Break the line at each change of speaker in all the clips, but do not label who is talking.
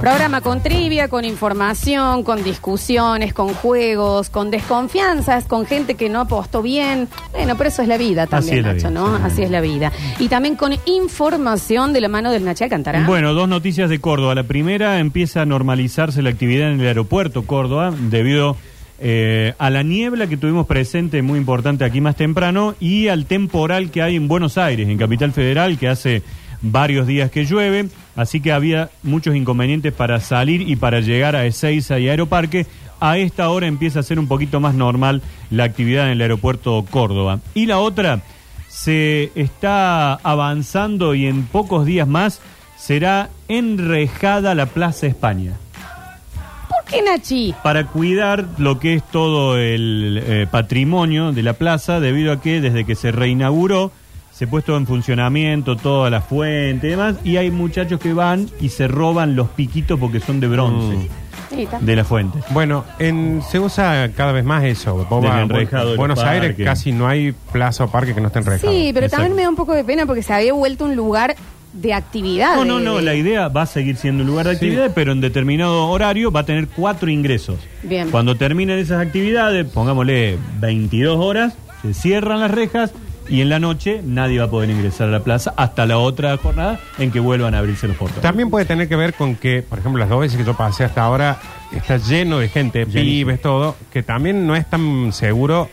Programa con trivia, con información, con discusiones, con juegos, con desconfianzas, con gente que no apostó bien. Bueno, pero eso es la vida también,
es la
Nacho,
vida,
¿no?
sí.
Así es la vida. Y también con información de la mano del Nacha Cantará.
Bueno, dos noticias de Córdoba. La primera, empieza a normalizarse la actividad en el aeropuerto Córdoba debido eh, a la niebla que tuvimos presente, muy importante aquí más temprano, y al temporal que hay en Buenos Aires, en Capital Federal, que hace varios días que llueve. Así que había muchos inconvenientes para salir y para llegar a Ezeiza y Aeroparque. A esta hora empieza a ser un poquito más normal la actividad en el aeropuerto Córdoba. Y la otra, se está avanzando y en pocos días más será enrejada la Plaza España
¿Por qué, Nachi?
para cuidar lo que es todo el eh, patrimonio de la plaza debido a que desde que se reinauguró se ha puesto en funcionamiento toda la fuente y demás y hay muchachos que van y se roban los piquitos porque son de bronce
Sí, está.
de la fuente.
Bueno, en, se usa cada vez más eso. Vos
Del
vas a Bu-
enrejado del
Buenos
parque.
Aires casi no hay plaza o parque que no esté enrejado.
Sí, pero
Exacto.
también me da un poco de pena porque se había vuelto un lugar de actividad.
No, no, no, la idea va a seguir siendo un lugar de
Sí.
actividad, pero en determinado horario va a tener cuatro ingresos.
Bien.
Cuando terminen esas actividades, pongámosle 22 horas, se cierran las rejas y en la noche nadie va a poder ingresar a la plaza hasta la otra jornada en que vuelvan a abrirse los portones.
También puede tener que ver con que, por ejemplo, las dos veces que yo pasé hasta ahora, está lleno de gente,
Llenísimo.
pibes, todo, que también no es tan seguro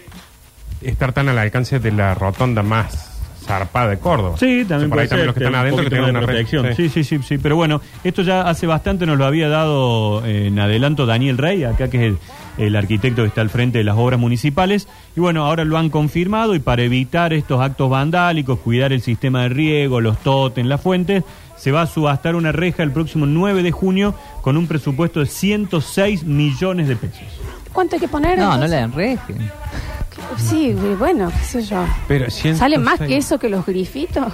estar tan al alcance de la rotonda más zarpada de Córdoba.
Sí, también
O sea, por
puede
ahí
ser.
también los que
tener
están
un
adentro que
poquito
tengan
más
una
de
red.
protección. Sí. sí, sí, sí, Pero bueno, esto ya hace bastante nos lo había dado eh, en adelanto Daniel Rey, acá que es el, el arquitecto que está al frente de las obras municipales. Y bueno, ahora lo han confirmado y para evitar estos actos vandálicos, cuidar el sistema de riego, los totem, las fuentes, se va a subastar una reja el próximo 9 de junio con un presupuesto de 106 millones de pesos.
¿Cuánto hay que poner?
No, no
entonces?
la enrejen.
Sí, güey, bueno, qué sé yo.
Pero
¿Sale más
106
que eso que los grifitos?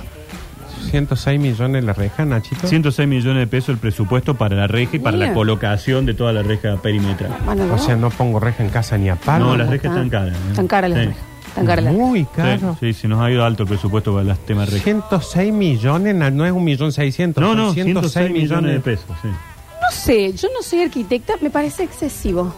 106 millones la reja, Nachito.
106 millones de pesos el presupuesto para la reja y para
Mira.
la colocación de toda la reja perimetral.
Bueno,
O sea, no pongo reja en casa ni a palo.
No, las rejas están caras. ¿eh?
Tan caras las
Sí.
rejas. Tan caras las
Muy
Sí,
caro.
Sí, sí, nos ha ido alto el presupuesto para las temas rejas.
106 millones, na- no es un millón seiscientos.
No,
son
no, 106, millones de pesos. sí.
No sé, yo no soy arquitecta, me parece excesivo.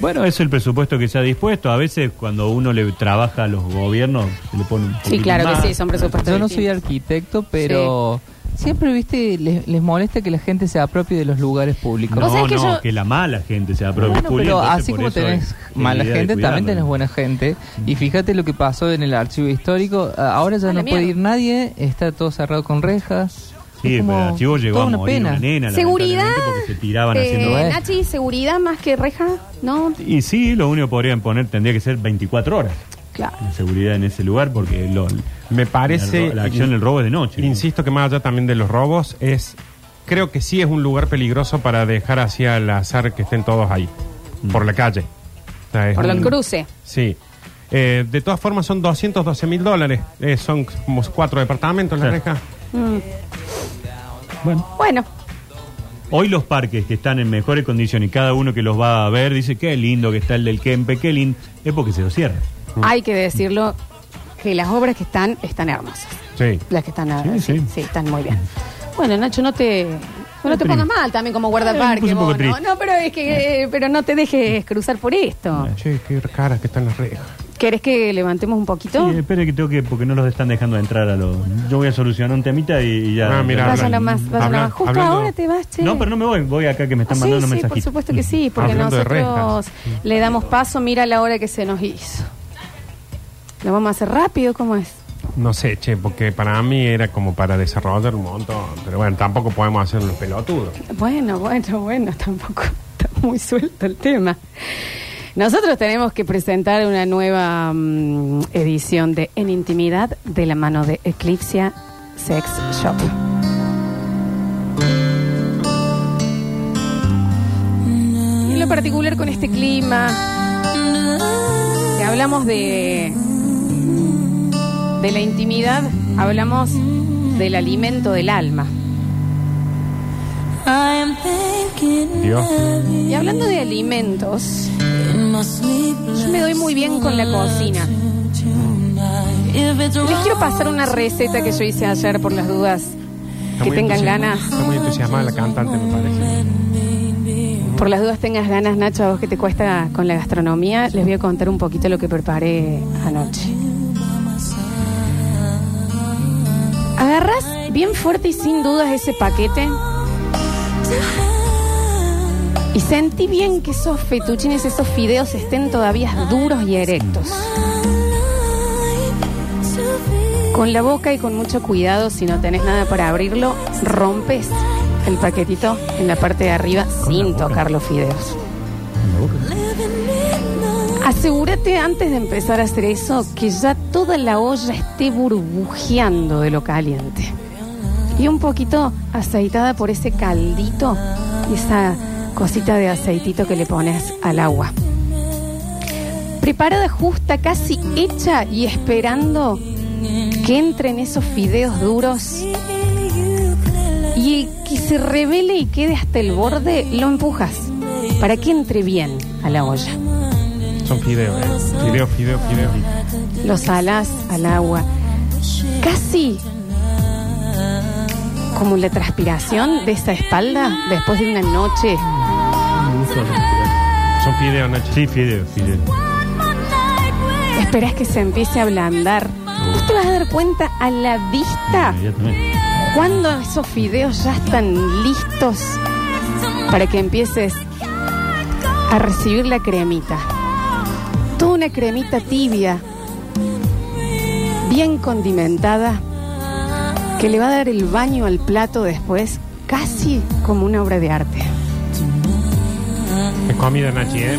Bueno, es el presupuesto que se ha dispuesto. A veces cuando uno le trabaja a los gobiernos, se le pone un
Sí,
poquito
claro
más.
que sí, son presupuestos.
Yo no soy
distintos.
arquitecto, pero siempre, viste, les, les molesta que la gente se apropie de los lugares públicos.
No,
O sea, es que
no,
yo-
que la mala gente se apropie.
Bueno,
Juli,
pero
entonces
así
por
como
eso
tenés
es
mala
idea de
gente,
cuidarlo,
también tenés
¿no?
buena gente. Y fíjate lo que pasó en el archivo histórico. Ah, Ahora ya
A la
no puede
mierda.
ir nadie, está todo cerrado con rejas.
Sí,
Es
pero
como
el archivo llegó
toda
a
una
morir
pena.
una nena,
Seguridad.
lamentablemente, Porque se tiraban
eh,
haciendo...
eh.
Nachi, seguridad más que reja, ¿no?
Y sí, lo único que podrían poner tendría que ser 24 horas
Claro.
de seguridad en ese lugar porque lo-
Me parece.
la, la acción del robo es de noche.
Insisto que más allá también de los robos, es. Creo que sí es un lugar peligroso para dejar hacia el azar que estén todos ahí,
Mm.
por la calle. O sea, es
Por el
un-
cruce.
Sí. Eh, de todas formas, son 212 mil dólares. Eh, son como cuatro departamentos la
Sí.
reja.
Bueno.
Bueno,
Hoy los parques que están en mejores condiciones y cada uno que los va a ver dice qué lindo que está el del Kempe, qué lindo, es porque se lo cierra.
hay que decirlo que las obras que están, están hermosas.
Sí.
Las que están ahora,
Sí,
sí,
sí.
sí, están muy bien. Bueno, Nacho, no te, no te pongas mal también como
Eh, me
guardaparque.
puse un poco
vos, ¿no?
triste.
no, pero es que eh, pero no te dejes cruzar por
Eh.
esto.
Che, qué caras que están las rejas.
¿Querés que levantemos un poquito?
Sí, eh, espere que tengo que, porque no los están dejando entrar a los. Yo voy a solucionar un temita y, y ya.
Ah, mira,
ya-
Vayan
hablan-
nomás, vayan
hablan-
nomás. Justo
hablando-
ahora te vas, che.
No, pero no me voy, voy acá que me están
Ah,
mandando
sí,
un
sí,
mensajito.
por supuesto que sí, porque
Hablando de
nosotros le damos paso, mira la hora que se nos hizo. Lo vamos a hacer rápido, ¿cómo es?
No sé, che, porque para mí era como para desarrollar un montón. Pero bueno, tampoco podemos hacer los pelotudos.
Bueno, bueno, bueno, tampoco está muy suelto el tema. Nosotros tenemos que presentar una nueva mm, edición de En Intimidad de la mano de Eclipsia Sex Shop. Y en lo particular con este clima, que hablamos de, de la intimidad, hablamos del alimento del alma.
Dios.
Y hablando de alimentos, yo me doy muy bien con la cocina. Les quiero pasar una receta que yo hice ayer por las dudas.
Está
que
muy
tengan
entusiasma-
ganas.
Está muy entusiasmada la cantante, me parece.
Por las dudas tengas ganas, Nacho, a vos que te cuesta con la gastronomía, les voy a contar un poquito lo que preparé anoche. Agarras bien fuerte y sin dudas ese paquete y sentí bien que esos fetuchines, esos fideos estén todavía duros y erectos. Con la boca y con mucho cuidado, si no tenés nada para abrirlo, rompes el paquetito en la parte de arriba sin tocar los fideos. Asegúrate antes de empezar a hacer eso que ya toda la olla esté burbujeando de lo caliente. Y un poquito aceitada por ese caldito y esa cosita de aceitito que le pones al agua. Preparada justa, casi hecha y esperando que entren esos fideos duros y el que se revele y quede hasta el borde, lo empujas para que entre bien a la olla.
Son fideos, ¿eh? Fideos, fideos, fideos.
Los alas al agua. Casi como la transpiración de esa espalda después de una noche.
Son fideos, Nacho.
Sí, fideo, fideo.
Esperas que se empiece a ablandar. Vos te vas a dar cuenta a la vista
Inmediatamente.
cuando esos fideos ya están listos para que empieces a recibir la cremita. Toda una cremita tibia, bien condimentada, que le va a dar el baño al plato después, casi como una obra de arte.
Es comida, Nachi, ¿eh?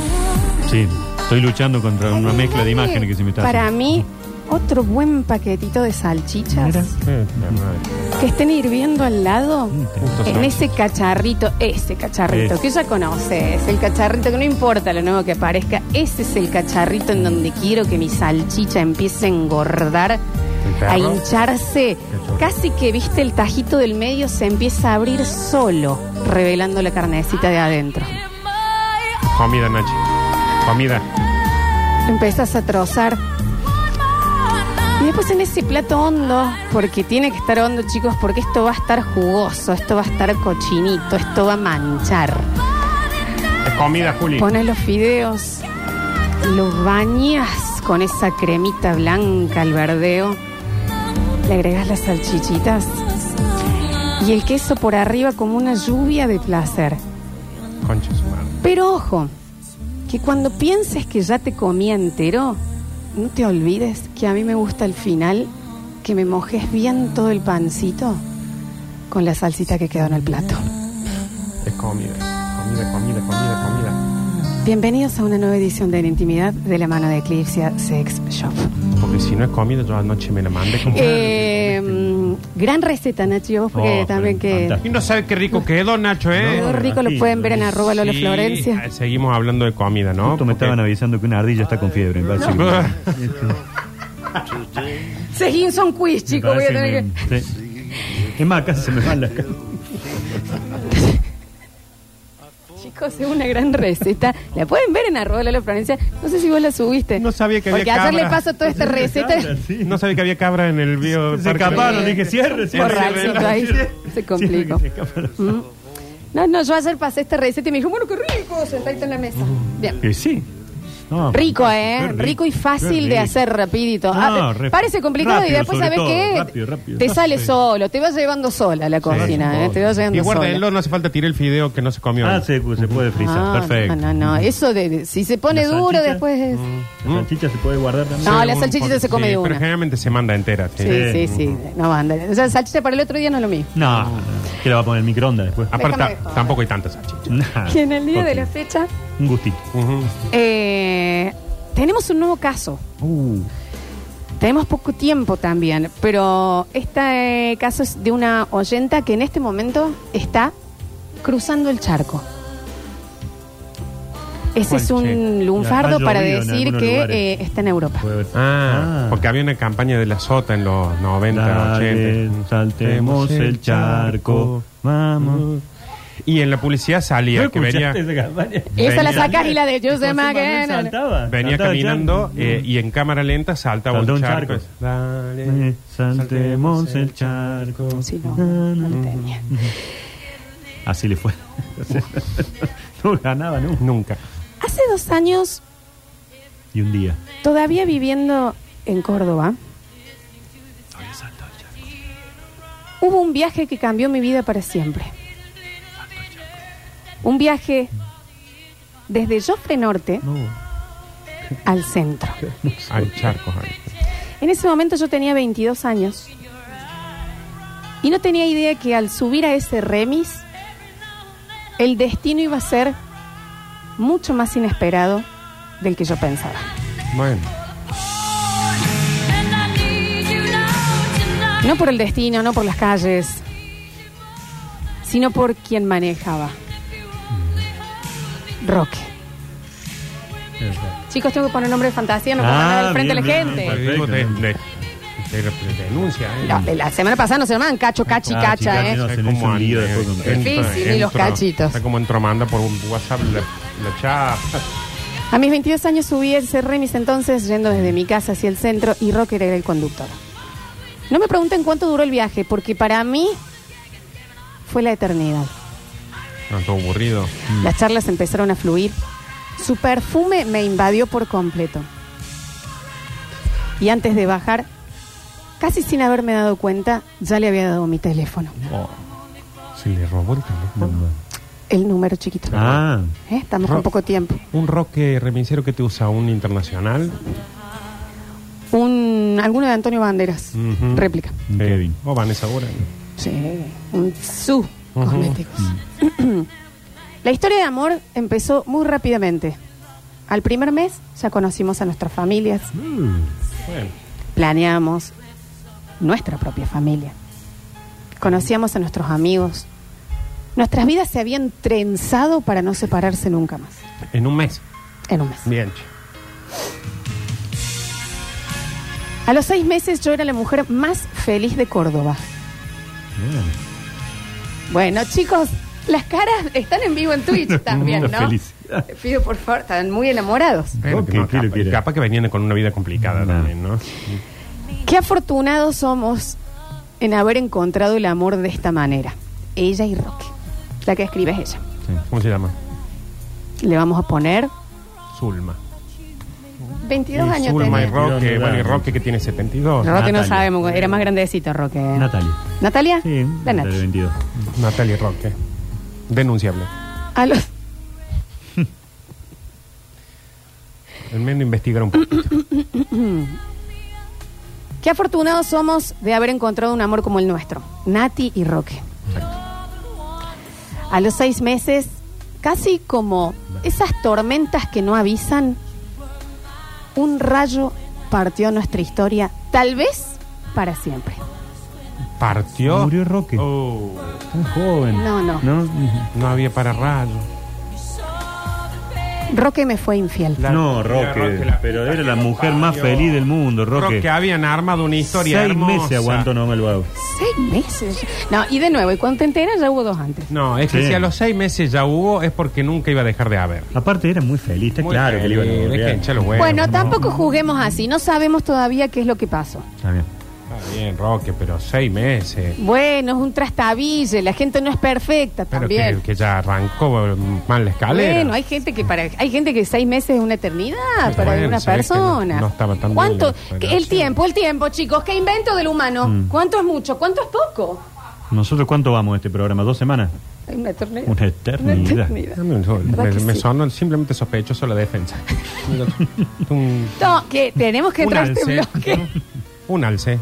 Sí, estoy luchando contra una mezcla de imágenes que se me está
Para
haciendo.
mí, otro buen paquetito de salchichas
Sí, Eh, la madre.
que estén hirviendo al lado.
Justo
En
son.
ese cacharrito, ese cacharrito
Ese.
que ya conoces, el cacharrito que no importa lo nuevo que parezca, ese es el cacharrito en donde quiero que mi salchicha empiece a engordar,
perro.
a hincharse.
Cachorro.
Casi que viste el tajito del medio se empieza a abrir solo, revelando la carnecita de adentro.
Comida, Nachi. Comida.
Empezás a trozar. Y después en ese plato hondo, porque tiene que estar hondo, chicos, porque esto va a estar jugoso, esto va a estar cochinito, esto va a manchar.
Es comida, Juli.
Pones los fideos, los bañas con esa cremita blanca al verdeo, le agregas las salchichitas y el queso por arriba como una lluvia de placer.
Concha su madre.
Pero ojo, que cuando pienses que ya te comí entero, no te olvides que a mí me gusta el final, que me mojes bien todo el pancito con la salsita que quedó en el plato.
Es comida. Comida, comida, comida, comida.
Bienvenidos a una nueva edición de En Intimidad de la mano de Eclipse Sex Shop.
Porque si no es comida, yo anoche me la mandé como...
Eh, mm, gran receta, Nacho, vos, porque
Oh,
también que...
fantástico.
Y no sabes qué rico quedó, Nacho, ¿eh?
Todo rico lo pueden ver en arroba Lola
Sí,
Florencia.
eh, Seguimos hablando de comida, ¿no?
Justo me
Porque-
estaban avisando que una ardilla está con fiebre. Me parece que-
Seguín son quiz, chicos, voy a
parece
tener que...
que- sí. Es más, casi se me van las caras.
Chicos, es una gran receta. La pueden ver en arroba Lola Florencia. No sé si vos la subiste.
No sabía que había
Porque ayer le
cámara.
paso toda esta receta.
Sí.
No sabía que había cabra en el video.
Se escaparon, dije, cierre, cierre.
Borrachito
cierre,
ahí,
cierre.
se complicó.
Cierre, que se escaparon.
No, no, yo ayer pasé esta receta y me dijo, bueno, qué rico, sentadito en la mesa. Bien.
Que sí. No,
Rico, ¿eh?
Mm. qué
Rico, y fácil
qué
de
rico.
hacer rapidito.
No,
Ah, te-
re-
parece complicado y
rápido,
después
sobre
sabes
todo,
que
rápido, rápido.
te sale
Sí.
solo, te vas llevando sola a la cocina, ¿eh? Te vas llevando
Y
sola.
guárdenlo, no hace falta tirar el fideo que no se comió.
Ah, se, se puede frizar,
Ah,
perfecto.
No, no, no. Eso de, de- si se pone
¿La
duro
salchicha? Mm.
después es-
La salchicha se puede guardar también.
No,
Sí,
la
un
salchichita
poco-
se come
sí,
de una.
Pero generalmente se manda entera. sí.
Sí, sí, sí. No anda. O sea, salchicha para el otro día no es lo mismo.
No, que la va a poner en microondas después.
Aparte,
Déjame de joder.
tampoco hay tanta salchicha.
Nah,
Ah. Que en el día de la
poquito.
fecha
Un gustito.
Ujú.
eh, tenemos un nuevo caso. Tenemos poco tiempo también, pero este eh, caso es de una oyenta que en este momento está cruzando el charco. Ese
¿Cuál,
es un
che?
lunfardo
Ya ha
para
llovido en
decir
algunos
que
lugares.
eh, está en Europa.
Puede haber-
Ah,
Ah.
porque había una campaña de la sota en los 90,
Dale,
80.
saltemos el charco, vamos.
Y en la publicidad salía que venía,
escuchaste esa campaña?
Esa la
Venía-
sacás y la de Yo sé más que-
Saltaba,
venía
saltaba el
caminando
charco.
eh, y en cámara lenta saltaba
Saltaba
un
un
charco.
charco. Eh,
Dale,
Saltemos el charco. Ah,
Sí, no, no la tenía.
Así le fue. no ganaba nunca.
Nunca.
Hace dos años,
Y un día.
todavía viviendo en Córdoba, hubo un viaje que cambió mi vida para siempre. Un viaje desde Jofre Norte al centro.
Hay charcos ahí.
En ese momento yo tenía 22 años y no tenía idea que al subir a ese remis el destino iba a ser mucho más inesperado del que yo pensaba.
Bueno,
No por el destino, no por las calles, sino por quien manejaba. Roque. Chicos, tengo que poner nombre de fantasía, no puedo
Ah,
mandar al frente
bien,
a la
bien,
gente.
te
perfecto.
pues digo, te- le- te- te denuncia, ¿eh?
No, de la semana pasada no se llamaban cacho, cachi,
Ah,
cacha,
chicas,
¿eh?
no, se le
Como
hizo un lío
anda,
después con-
entra,
Difícil, y
entra,
los cachitos.
Está como entromanda por un WhatsApp la, la chapa.
A mis 22 años subí ese remis entonces, yendo desde mi casa hacia el centro, y Rocker era el conductor. No me pregunten cuánto duró el viaje, porque para mí fue la eternidad.
No, todo aburrido.
Mm.
Las charlas empezaron a fluir. Su perfume me invadió por completo. Y antes de bajar, casi sin haberme dado cuenta, ya le había dado mi teléfono.
Se le robó el teléfono.
El número chiquito.
Ah,
¿Eh? Estamos con poco tiempo.
Un roque remisero que te usa un internacional.
Un, alguno de Antonio Banderas.
Mm.
Ujú.
Réplica.
Kevin.
O Eh, oh, Vanessa Boren.
Sí, un su cosméticos.
Mm.
La historia de amor empezó muy rápidamente. Al primer mes ya conocimos a nuestras familias,
Bueno,
planeamos nuestra propia familia, conocíamos a nuestros amigos. Nuestras vidas se habían trenzado para no separarse nunca más.
en un mes.
En un mes.
Bien.
A los seis meses yo era la mujer más feliz de Córdoba. Bueno, chicos, las caras están en vivo en Twitch también,
Una
¿no?
felicidad.
Pido por favor, están muy enamorados.
Bueno,
Roque,
que no,
¿qué le
capaz,
quiere?
capaz que venían con una vida complicada
No.
también, ¿no?
Qué afortunados somos en haber encontrado el amor de esta manera. Ella y Roque. La que escribe es ella.
¿Cómo se llama?
Le vamos a poner
Zulma.
22
Y
años.
Zulma y
tenía.
Roque.
Dios,
Bueno, y
no,
Roque que tiene 72.
Roque no
Natalia.
sabemos, era más grandecito Roque.
Natalia.
¿Natalia?
Sí,
La Nati.
Natalia 22.
Natalia Roque. Denunciable.
A los,
Al menos investigar un poquito.
qué afortunados somos de haber encontrado un amor como el nuestro. Nati y Roque.
Exacto.
A los seis meses, casi como esas tormentas que no avisan, un rayo partió nuestra historia, tal vez para siempre.
Partió.
Murió Roque.
Oh,
Tan joven.
No, no.
No,
no había para rayos.
Roque me fue infiel.
La-
No,
Mira,
Roque.
la
pero
puta
era
que
la
lo
mujer
parió.
más feliz del mundo, Roque.
Roque, habían armado una historia
Seis
hermosa.
meses aguantó Norma el vago.
Seis meses. No, y de nuevo, y cuando te enteras ya hubo dos antes.
No, es que
Sí.
si a los seis meses ya hubo, es porque nunca iba a dejar de haber.
Aparte era muy feliz, está
Muy
claro que le iban a
feliz,
golpear.
deja hinchar los huevos.
Bueno,
no.
tampoco juzguemos así, no sabemos todavía qué es lo que pasó.
Está bien.
Está bien, Roque, pero seis meses.
Bueno, es un trastabille, la gente no es perfecta
Pero
también.
que, que ya arrancó mm, mal la escalera.
Bueno, hay gente que para hay gente que seis meses es una eternidad
Bueno,
para una
se ve que
persona.
no- no estaba tan bien Mm.
¿Cuánto?
la
que el
relación.
tiempo, el tiempo, chicos, qué invento del humano. ¿Cuánto es mucho? ¿Cuánto es poco?
¿Nosotros cuánto vamos a este programa? ¿Dos semanas?
Hay una eternidad.
Una eternidad.
Una eternidad.
Dame un sol.
¿Verdad
Me,
que
me
sí?
sonó simplemente sospechoso la defensa. un,
No, que tenemos que
un
entrar a este
alce.
bloque. Eh,
un alce.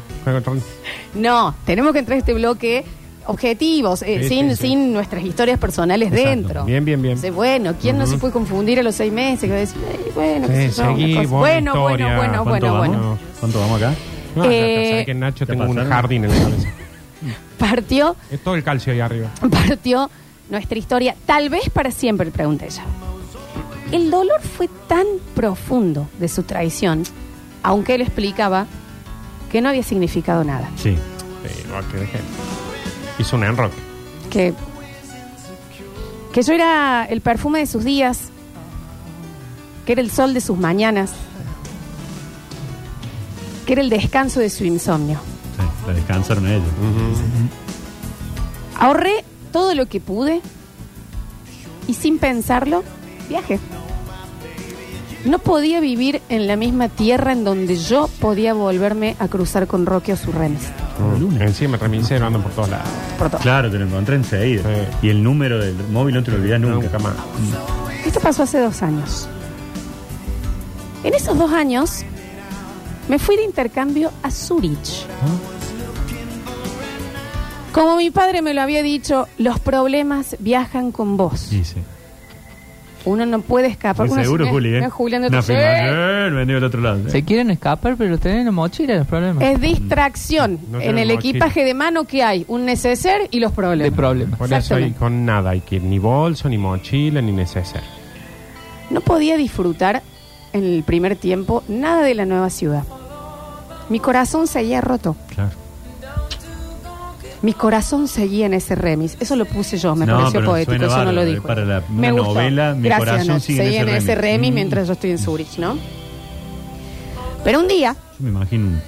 No, tenemos que entrar a este bloque objetivos, eh,
Sí,
sin,
sí, sí.
sin nuestras historias personales
Exacto.
dentro.
Bien, bien, bien.
Dice, bueno, ¿quién no se puede confundir a los seis meses? Que va a decir, "Ay, bueno, qué
Sí,
sé yo, una
seguí,
cosa". bueno,
buena historia.
bueno, bueno,
¿Cuánto
Ah, bueno,
vamos?
bueno.
¿Cuánto vamos acá?
No,
Eh,
ya- ya sabes que Nacho
¿Te
tengo un
pasaron?
jardín en la cabeza.
Partió,
Es todo el calcio ahí arriba.
partió nuestra historia, tal vez para siempre, pregunté ella. El dolor fue tan profundo de su traición, aunque él explicaba que no había significado nada.
Sí.
Sí, Roque, dejé. Hizo un enroque.
Que Que yo era el perfume de sus días, que era el sol de sus mañanas, que era el descanso de su insomnio.
Sí, la descansaron ellos.
Ahorré todo lo que pude y sin pensarlo, viaje. No podía vivir en la misma tierra en donde yo podía volverme a cruzar con Roque o sus remes.
Ah,
Mm. Encima remisero andan por todos lados.
Por todo.
Claro, te lo encontré enseguida.
Sí.
Y el número del móvil no te lo olvidas nunca.
Nunca más.
Esto pasó hace dos años. En esos dos años me fui de intercambio a Zurich. Como mi padre me lo había dicho, los problemas viajan con vos.
Sí, sí.
Uno no puede escapar.
Muy
Uno se-
seguro,
me-
Juli, ¿eh?
me jubilando
Una
otro-
firma,
¡Eh!
eh, vendió del otro lado.
Se quieren escapar, pero tienen la mochila los problemas.
Es distracción.
No
en el
tenemos
equipaje de mano, ¿qué hay? Un neceser y los
de
problemas.
problemas.
Por eso ahí
Exactamente.
con nada hay que ir, ni bolso, ni mochila, ni neceser.
No podía disfrutar en el primer tiempo nada de la nueva ciudad. Mi corazón seguía roto.
Claro.
Mi corazón seguía en ese remis. Eso lo puse yo, me
No,
pareció
pero
poético,
suena
yo no lo
bárbaro,
dije.
para la- una
me gustó.
novela, mi
Gracias,
corazón
Nacho.
sigue en
Seguía
ese
en ese
remis.
remis
Mm.
mientras yo estoy en Zurich, ¿no? Pero un día,
Yo me imagino un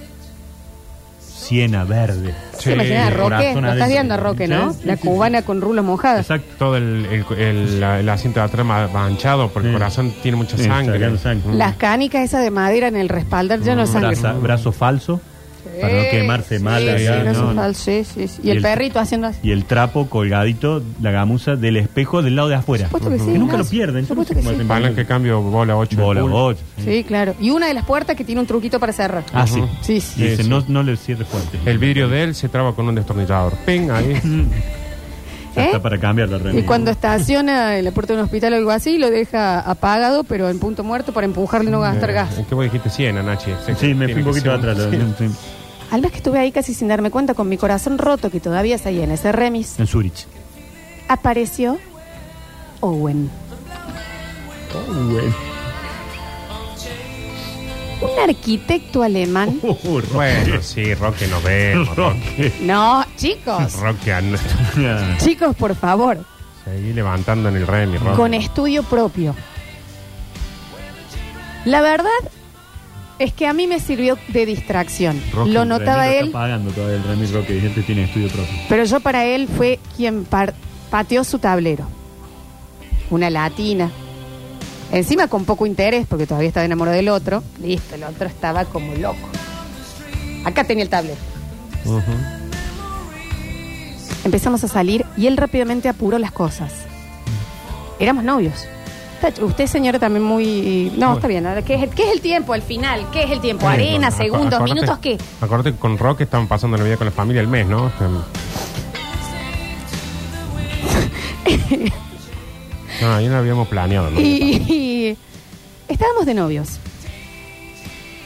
Siena verde.
¿se imaginan a
el
Roque?
corazón
Lo estás
adentro.
viendo a Roque, ¿no?
Sí, sí,
la
sí, sí.
cubana con rulos mojados.
Exacto.
Todo el, el- el- la- el asiento de atrás ma- manchado, porque el
Sí.
corazón tiene mucha
Sí,
sangre.
sacando sangre.
Las canicas esas de madera en el respaldar
Mm,
lleno de sangre.
Braza- brazo falso para no quemarse
Sí,
mal.
sí,
acá,
sí, brazo
¿no?
falso, sí, sí, sí. Y, el,
el-
perrito haciendo así.
Y el trapo colgadito, la gamusa del espejo del lado de afuera.
Por supuesto que sí,
Que nunca lo
Ignacio.
pierden.
Por supuesto que sí.
Balas que cambio bola 8.
Bola, bocha, sí.
Sí, claro. Y una de las puertas que tiene un truquito para cerrar.
Ah, sí.
Sí, sí.
Y dice,
Sí, sí.
No, no le cierre fuerte.
El vidrio de él se traba con un destornillador. Ping, ahí.
Ya
¿Eh?
Está para cambiar la
Y
remera.
cuando estaciona en la puerta de un hospital o algo así, lo deja apagado, pero en punto muerto para empujarlo y no gastar gas.
¿En Eh, qué vos dijiste 100, Nachi?
Sí, me fui
Tiene
un
que
poquito
ser
atrás.
Sí.
la- sí,
Al vez que estuve ahí casi sin darme cuenta, con mi corazón roto, que todavía está ahí en ese remis,
En Zurich.
apareció Owen. Un arquitecto alemán.
Uh, Roque.
Bueno, sí, Roque nos vemos. Roque,
Roque.
No, chicos.
Roque anda-
Chicos, por favor.
Seguí levantando en el remi, Roque.
con estudio propio. La verdad es que a mí me sirvió de distracción.
Roque,
Lo
el
notaba
Remiro
él,
Está pagando todavía el Remy Roque. y Gente tiene estudio propio.
pero yo para él fue quien par- pateó su tablero. Una latina. Encima con poco interés, porque todavía estaba enamorado del otro. Listo, el otro estaba como loco. Acá tenía el tablero.
Ujú.
Empezamos a salir y él rápidamente apuró las cosas. Éramos novios. Está- Usted, señora, también muy... No, está bien. ahora, ¿Qué es, el- qué es el tiempo al final? ¿Qué es el tiempo? ¿Arena,
Acu-
segundos,
acordate-
minutos? ¿Qué?
Acordate que con Roque estaban pasando la vida con la familia el mes, ¿no? Em. No, ahí no habíamos planeado, ¿no?
Y, y estábamos de novios.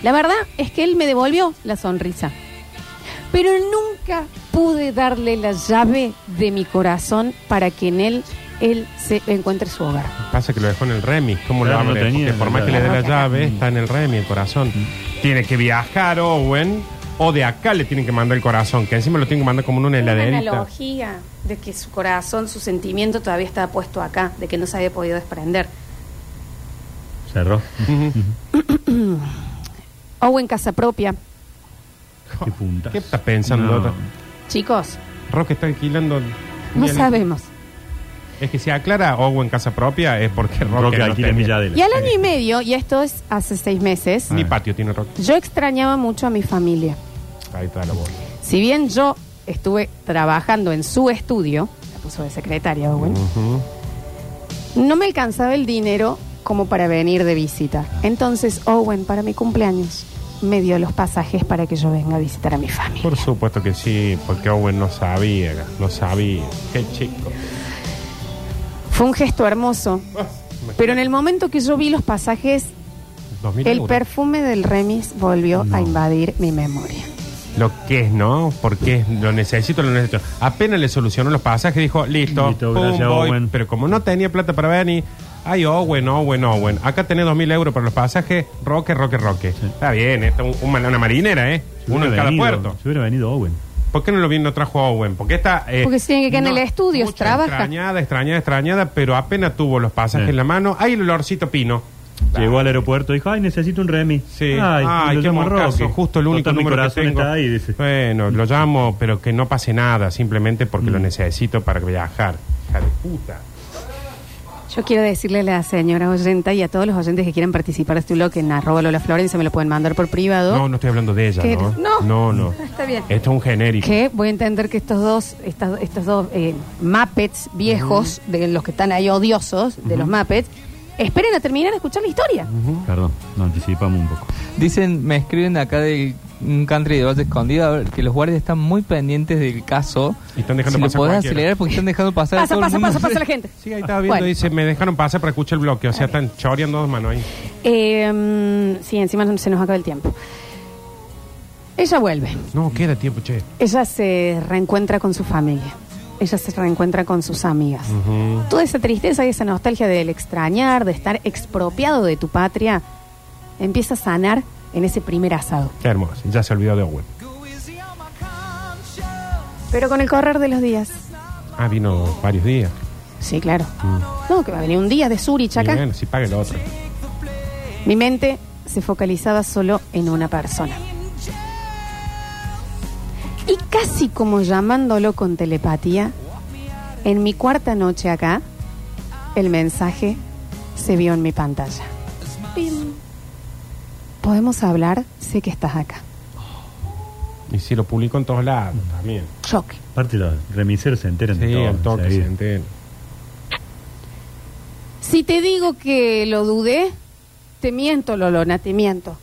La verdad es que él me devolvió la sonrisa. Pero nunca pude darle la llave de mi corazón para que en él él se encuentre su hogar.
Pasa que lo dejó en el Remy. ¿Cómo
Claro,
lo
no
abre?
tenía
Porque por
la
más que le
llave.
dé la llave, está en el Remy, el corazón.
Mm.
Tiene que viajar Owen, o de acá le tienen que mandar el corazón, que encima lo tienen que mandar como en una
Una
heladerita.
analogía de que su corazón, su sentimiento todavía estaba puesto acá, de que no se había podido desprender.
Cerró.
O en casa propia.
Qué punta.
¿Qué estás pensando?
No.
Chicos,
Roque está alquilando.
no
Bien.
sabemos.
Es que si aclara Owen casa propia es porque Roque,
Roque
no
alquila
tenía.
Milladela.
Y al año y medio, y esto es hace seis meses,
Ah.
Ni patio tiene Roque.
yo extrañaba mucho a mi familia.
Ahí está la bola.
Si bien yo estuve trabajando en su estudio, la puso de secretaria, Owen,
Ujú.
no me alcanzaba el dinero como para venir de visita. Entonces, Owen, para mi cumpleaños, me dio los pasajes para que yo venga a visitar a mi familia.
Por supuesto que sí, porque Owen no sabía, no sabía. Qué chico.
Fue un gesto hermoso, pero en el momento que yo vi los pasajes,
2000
el
euros.
perfume del remis volvió a invadir mi memoria.
Lo que es, ¿no? Porque es, lo necesito, lo necesito. Apenas le solucionó los pasajes, dijo, listo,
Listo,
pum,
gracias,
voy.
Owen.
Pero como no tenía plata para venir, ay, Owen, Owen, Owen. Acá tenés 2.000 euros para los pasajes, roque, roque, roque. Está bien, está un- un- una marinera, ¿eh? Uno en cada puerto.
Se hubiera venido Owen.
¿Por qué no lo vino trajo a Owen? Porque esta. eh,
Porque se tiene que quedar en el estudio,
mucho,
trabaja.
Extrañada, extrañada, extrañada, pero apenas tuvo los pasajes
Sí.
en la mano. Hay el olorcito pino.
Llegó al aeropuerto y dijo, ay, necesito un remis.
Sí.
Ay,
Ay,
lo
qué
llamo a
moscazo,
Roque.
Justo el único
Total, mi
número que
corazón
tengo.
está ahí, dice.
Bueno, lo llamo, pero que no pase nada, simplemente porque
Mm.
lo necesito para viajar. Hija de puta.
Yo quiero decirle a la señora oyenta y a todos los oyentes que quieran participar de este blog en arroba Lola Florencia, me lo pueden mandar por privado.
No, no estoy hablando de ella,
¿Qué
¿no?
eres? No.
No, no.
Está bien.
Esto es un genérico.
Que voy a entender que estos dos, estas- estos dos eh, Muppets viejos, de los que están ahí odiosos, de los Muppets, esperen a terminar de escuchar la historia.
Perdón, nos anticipamos un poco.
Dicen, me escriben de acá de un country de Valle Escondido a ver, que los guardias están muy pendientes del caso.
Y están dejando
si lo
pasar
podés
cualquiera.
acelerar porque están dejando pasar a
Pasa,
todo el
pasa,
mundo.
pasa, pasa la gente.
Sí, ahí estaba viendo,
Bueno.
dice, me dejaron pasar para escuchar el bloque. O sea, están choreando dos manos ahí.
Eh, mm, sí, encima no- se nos acaba el tiempo. Ella vuelve.
No, queda tiempo, che.
Ella se reencuentra con su familia. Ella se reencuentra con sus amigas.
Ujú.
Toda esa tristeza y esa nostalgia del extrañar, de estar expropiado de tu patria, empieza a sanar en ese primer asado.
Qué hermoso. Ya se olvidó de Owen.
Pero con el correr de los días.
Ah, vino varios días.
Sí, claro. No, que va a venir un día de Zurich
Y
acá.
bueno, si paga el otro.
Mi mente se focalizaba solo en una persona. Y casi como llamándolo con telepatía, en mi cuarta noche acá, el mensaje se vio en mi pantalla. Pim. Podemos hablar, sé que estás acá.
Y si lo publicó en todos lados también.
Choque.
Aparte los remiseros se enteran de
Sí,
todo.
al toque se
enseguida.
entera.
Si te digo que lo dudé, te miento, Lolona, te miento.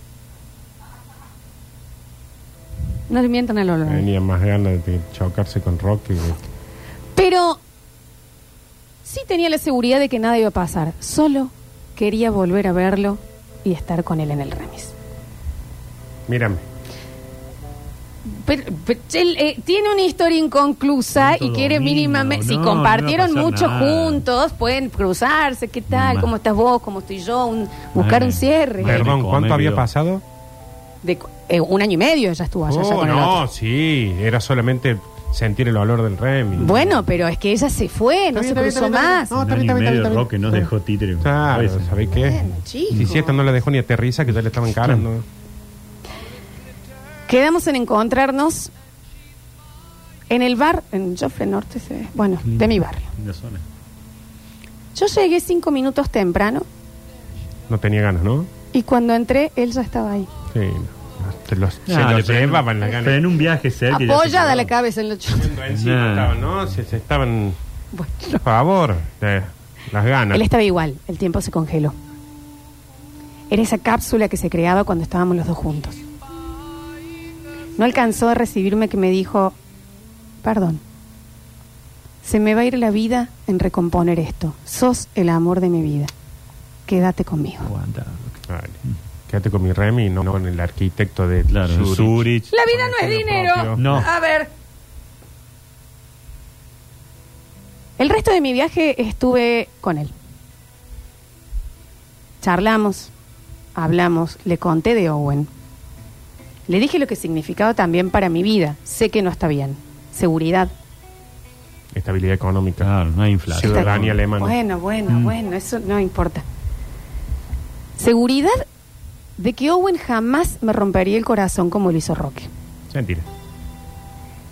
No le mientan a Lolona.
Tenía más ganas de chocarse con Rocky. que-
Pero sí tenía la seguridad de que nada iba a pasar. Solo quería volver a verlo y estar con él en el remis.
Mírame.
Pero, pero, él, eh, tiene una historia inconclusa
Santo
y quiere
domingo,
mínimamente... si
no,
compartieron
no iba a
mucho
pasar nada.
juntos, pueden cruzarse, ¿qué tal?
Mal.
¿Cómo estás vos? ¿Cómo estoy yo? Un- buscar un
Mal.
cierre.
Mal.
Perdón,
come,
¿cuánto había
video.
pasado?
De cu- eh, un año y medio ya estuvo allá, ya
Oh,
con el
no,
otro.
sí. Era solamente sentir el olor del Remy.
Bueno, pero es que ella se fue, no se cruzó más.
Un año y medio Roque nos dejó títere.
Claro,
Pues,
¿sabés qué?
Bueno, chico.
Si esta no la dejó ni aterriza, que ya le estaban encarando.
Quedamos en encontrarnos en el bar, en Joffre Norte, se ve. bueno,
Mm.
de mi barrio.
linda zona.
Yo llegué cinco minutos temprano
No tenía ganas, ¿no?
y cuando entré, él ya estaba ahí.
Sí. no. Te los, se
Ah, le
los
prenden-
llevaban las
Pero
ganas.
en un viaje cerca. y ya se
Apoyada
acabó.
la cabeza en los chos-
Encima
Nah.
estaban, ¿no? Se, se estaban...
Bueno,
Por favor, eh, las ganas.
él estaba igual, el tiempo se congeló. Era esa cápsula que se creaba cuando estábamos los dos juntos. No alcanzó a recibirme que me dijo, perdón, se me va a ir la vida en recomponer esto. Sos el amor de mi vida. Quédate conmigo.
Aguanta.
Vale. Quédate con mi Remy, no con el arquitecto de
Claro, en
Zurich.
Zurich.
La vida no es
Con el
dinero.
propio.
No.
A ver. El resto de mi viaje estuve con él. Charlamos, hablamos, le conté de Owen. Le dije lo que significaba también para mi vida. Sé que no está bien. Seguridad.
Estabilidad económica.
Claro, no hay inflación.
Ciudadanía alemana.
Bueno, bueno,
Mm.
bueno, eso no importa. Seguridad de que Owen jamás me rompería el corazón como lo hizo Roque.
Mentira.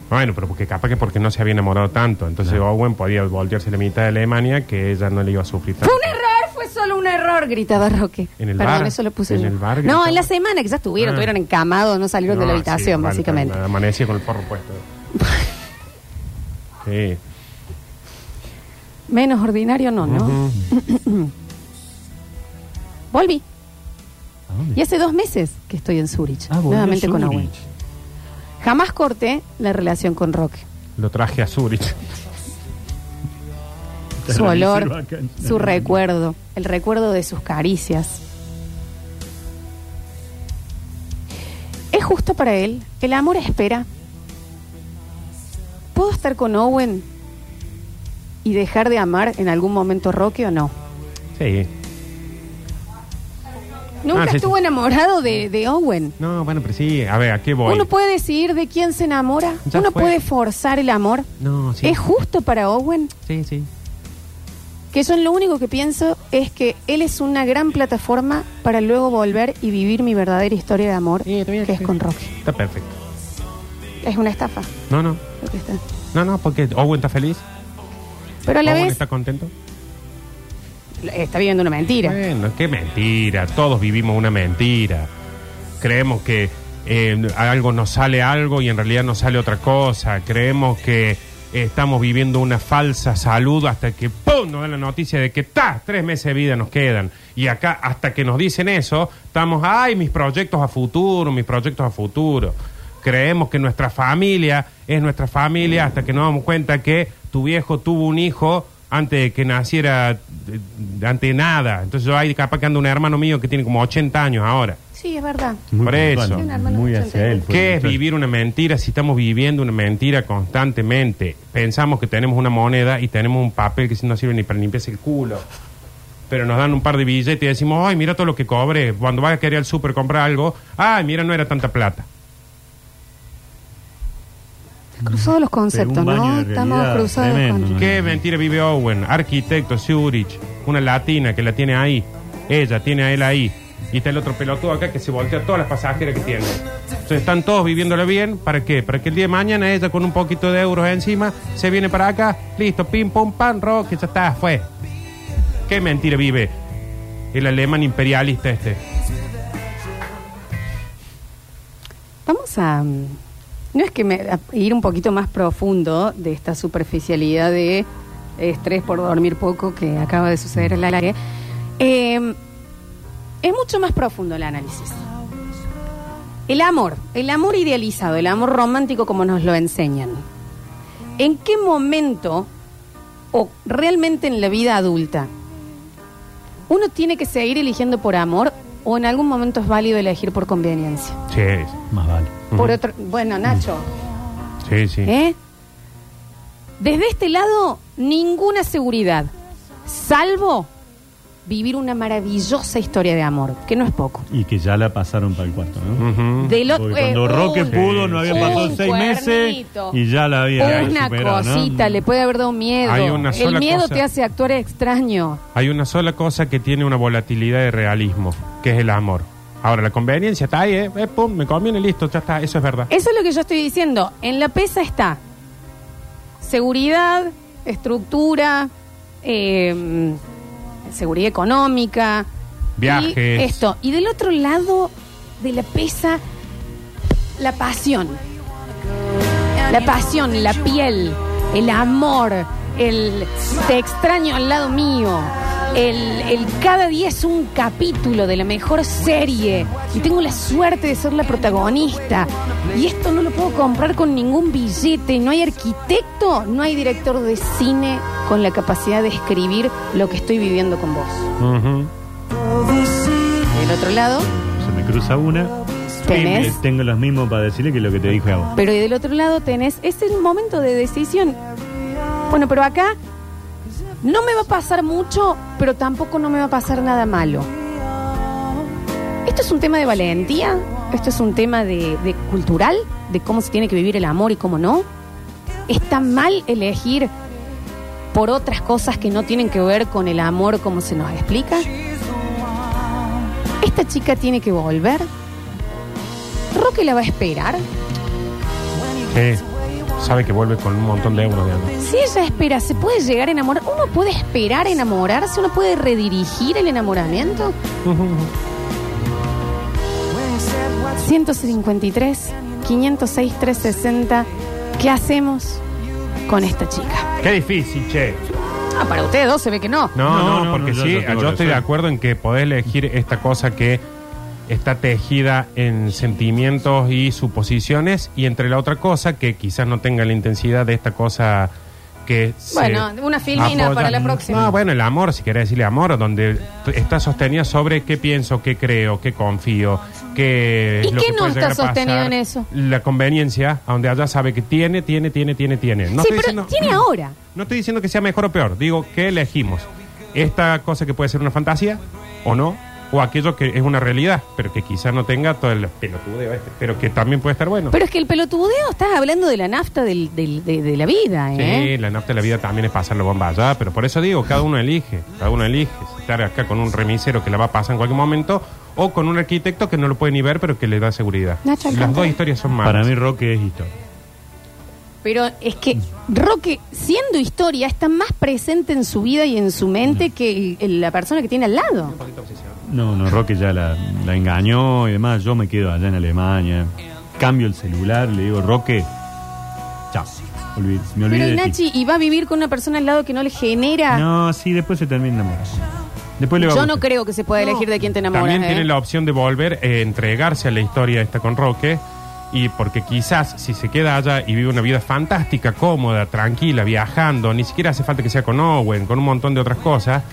Bueno, pero porque capaz que porque no se había enamorado tanto. Entonces Owen podía voltearse la mitad de Alemania que ella no le iba a sufrir
Fue
tanto.
un error, fue solo un error, gritaba Roque.
En el
Perdón,
bar,
eso lo puse
en
yo.
el bar
No,
gritaba.
en la semana que ya estuvieron,
Ah.
estuvieron encamados, no salieron de la
No,
habitación,
sí, vale,
básicamente.
vale, amanecía con el forro puesto. sí.
Menos ordinario no, ¿no?
Ujú.
Volví.
¿A dónde?
Y hace dos meses que estoy en Zurich,
Ah, volvió
nuevamente con
Zurich.
Owen. Jamás corté la relación con Roque.
Lo traje a Zurich.
Te
Su
revisé
olor,
acá.
su recuerdo, el recuerdo de sus caricias. Es justo para él, el amor espera. ¿Puedo estar con Owen y dejar de amar en algún momento a Rocky o no?
Sí.
Nunca
Ah, sí, sí.
estuvo enamorado de, de Owen.
No, bueno, pero sí, a ver, ¿a qué voy?
Uno puede decidir de quién se enamora.
Ya
Uno
fue.
puede forzar el amor.
No, sí.
¿Es justo para Owen?
Sí, sí.
Que yo en lo único que pienso es que él es una gran plataforma para luego volver y vivir mi verdadera historia de amor,
Sí, está bien,
que es
sí.
con Rocky.
Está perfecto.
Es una estafa
No, no.
lo que está.
No, no, porque Owen está feliz.
Pero a la
Owen
vez
está contento.
está viviendo una mentira.
Bueno, qué mentira. Todos vivimos una mentira. Creemos que eh, algo nos sale algo y en realidad nos sale otra cosa. Creemos que estamos viviendo una falsa salud hasta que ¡pum! nos dan la noticia de que ¡ta! tres meses de vida nos quedan. Y acá, hasta que nos dicen eso, estamos, ¡ay! Mis proyectos a futuro, mis proyectos a futuro. Creemos que nuestra familia es nuestra familia hasta que nos damos cuenta que tu viejo tuvo un hijo antes de que naciera, eh, ante nada. Entonces yo hay capaz que anda un hermano mío que tiene como 80 años ahora.
Sí, es verdad.
Por eso.
Tiene un hermano
Muy
de
hacia
80.
él. fue
¿Qué
el
es
muchacho.
vivir una mentira si estamos viviendo una mentira constantemente? Pensamos que tenemos una moneda y tenemos un papel que no sirve ni para limpiarse el culo. Pero nos dan un par de billetes y decimos, ay, mira todo lo que cobre. Cuando vas a querer al súper comprar algo, ay, mira, no era tanta plata.
Cruzados los conceptos,
Pero un baño
¿no?
de
Estamos
realidad
cruzados los
tremendo,
conceptos.
¿Qué mentira vive Owen? Arquitecto, Zurich, una latina que la tiene ahí. Ella tiene a él ahí. Y está el otro pelotudo acá que se voltea todas las pasajeras que tiene. Entonces están todos viviéndolo bien. ¿Para qué? Para que el día de mañana ella con un poquito de euros encima se viene para acá. Listo, pim, pum, pan, rock, ya está, fue. ¿Qué mentira vive el alemán imperialista este?
Vamos a. mm, No es que me, a ir un poquito más profundo de esta superficialidad de estrés por dormir poco que acaba de suceder en la la- Eh, es mucho más profundo el análisis. El amor, el amor idealizado, el amor romántico como nos lo enseñan. ¿En qué momento o realmente en la vida adulta uno tiene que seguir eligiendo por amor o en algún momento es válido elegir por conveniencia?
Sí,
Más vale.
Por otro, bueno, Nacho,
sí, sí.
¿eh? Desde este lado, ninguna seguridad, salvo vivir una maravillosa historia de amor, que no es poco.
Y que ya la pasaron para el cuarto, ¿no?
Ujú.
Del
Porque
otro-
Mm. cuando
eh,
Roque
un-
pudo, no había
un
pasado seis meses
cuernito,
y ya la había
Una
superado, ¿no?
cosita, le puede haber dado miedo.
Hay una
El
sola
miedo
cosa.
te hace actuar extraño.
Hay una sola cosa que tiene una volatilidad de realismo, que es el amor. Ahora, la conveniencia está ahí, ¿eh? Eh, pum, me conviene, listo, ya está, eso es verdad.
Eso es lo que yo estoy diciendo. En la pesa está seguridad, estructura, eh, seguridad económica,
Viajes.
y esto. Y del otro lado de la pesa, la pasión. La pasión, la piel, el amor, el te extraño al lado mío. El, el cada día es un capítulo de la mejor serie y tengo la suerte de ser la protagonista. Y esto no lo puedo comprar con ningún billete. No hay arquitecto, no hay director de cine con la capacidad de escribir lo que estoy viviendo con vos.
Ujú.
Del otro lado,
Se me cruza una.
Tenés.
Eh, Tengo los mismos para decirle que lo que te dije a vos.
pero y del otro lado tenés ese momento de decisión. Bueno, pero acá no me va a pasar mucho, pero tampoco no me va a pasar nada malo. Esto es un tema de valentía, esto es un tema de, de cultural, de cómo se tiene que vivir el amor y cómo no. Está mal elegir por otras cosas que no tienen que ver con el amor como se nos explica. Esta chica tiene que volver. Roque la va a esperar.
Sí. Sabe que vuelve con un montón de euros de amor.
Si ella espera, ¿se puede llegar a enamorar? ¿Uno puede esperar a enamorarse? ¿Uno puede redirigir el enamoramiento? 153, 506, 360. ¿Qué hacemos con esta chica?
Qué difícil, che.
Ah, para ustedes dos se ve que no.
No,
No,
no,
no,
porque
no, yo-
sí,
yo
yo,
tengo que
estoy de
ser.
acuerdo en que podés elegir esta cosa que está tejida en sentimientos y suposiciones y entre la otra cosa que quizás no tenga la intensidad de esta cosa que se
Bueno, una filmina
apoya-
para la próxima.
No, bueno, el amor, si querés decirle amor, donde t- está sostenida sobre qué pienso, qué creo, qué confío, qué...
¿Y
es lo
qué
que
no
puede
está
llegar a pasar.
sostenido en eso?
La conveniencia, a donde allá sabe que tiene, tiene, tiene, tiene, tiene. No
sí,
estoy
pero
diciendo-
tiene ahora.
no estoy diciendo que sea mejor o peor, digo que elegimos. Esta cosa que puede ser una fantasía o no, o aquello que es una realidad, pero que quizás no tenga todo el pelotudeo este, pero que también puede estar bueno.
Pero es que el pelotudeo, estás hablando de la nafta del- del- de, de la vida,
Sí,
¿eh?
la nafta de la vida también es pasar la bomba allá, pero por eso digo, cada uno elige, cada uno elige si estar acá con un remisero que la va a pasar en cualquier momento o con un arquitecto que no lo puede ni ver pero que le da seguridad.
Nacho
Las
Alcántara.
dos historias son malas.
Para mí Roque es historia.
Pero es que Roque, siendo historia, está más presente en su vida y en su mente que el- el- la persona que tiene al lado.
No, no, Roque ya la, la engañó y demás. Yo me quedo allá en Alemania. Cambio el celular, le digo, Roque, chao. Olvid- me olvidé
Pero y
de ti.
Nachi, y va a vivir con una persona al lado que no le genera.
No, sí, después se termina enamorando. Después le va a
Yo no
gustar.
creo que se pueda elegir de quién te enamoras.
También
¿eh?
tiene la opción de volver, eh, entregarse a la historia esta con Roque. Y porque quizás si se queda allá y vive una vida fantástica, cómoda, tranquila, viajando, ni siquiera hace falta que sea con Owen, con un montón de otras cosas,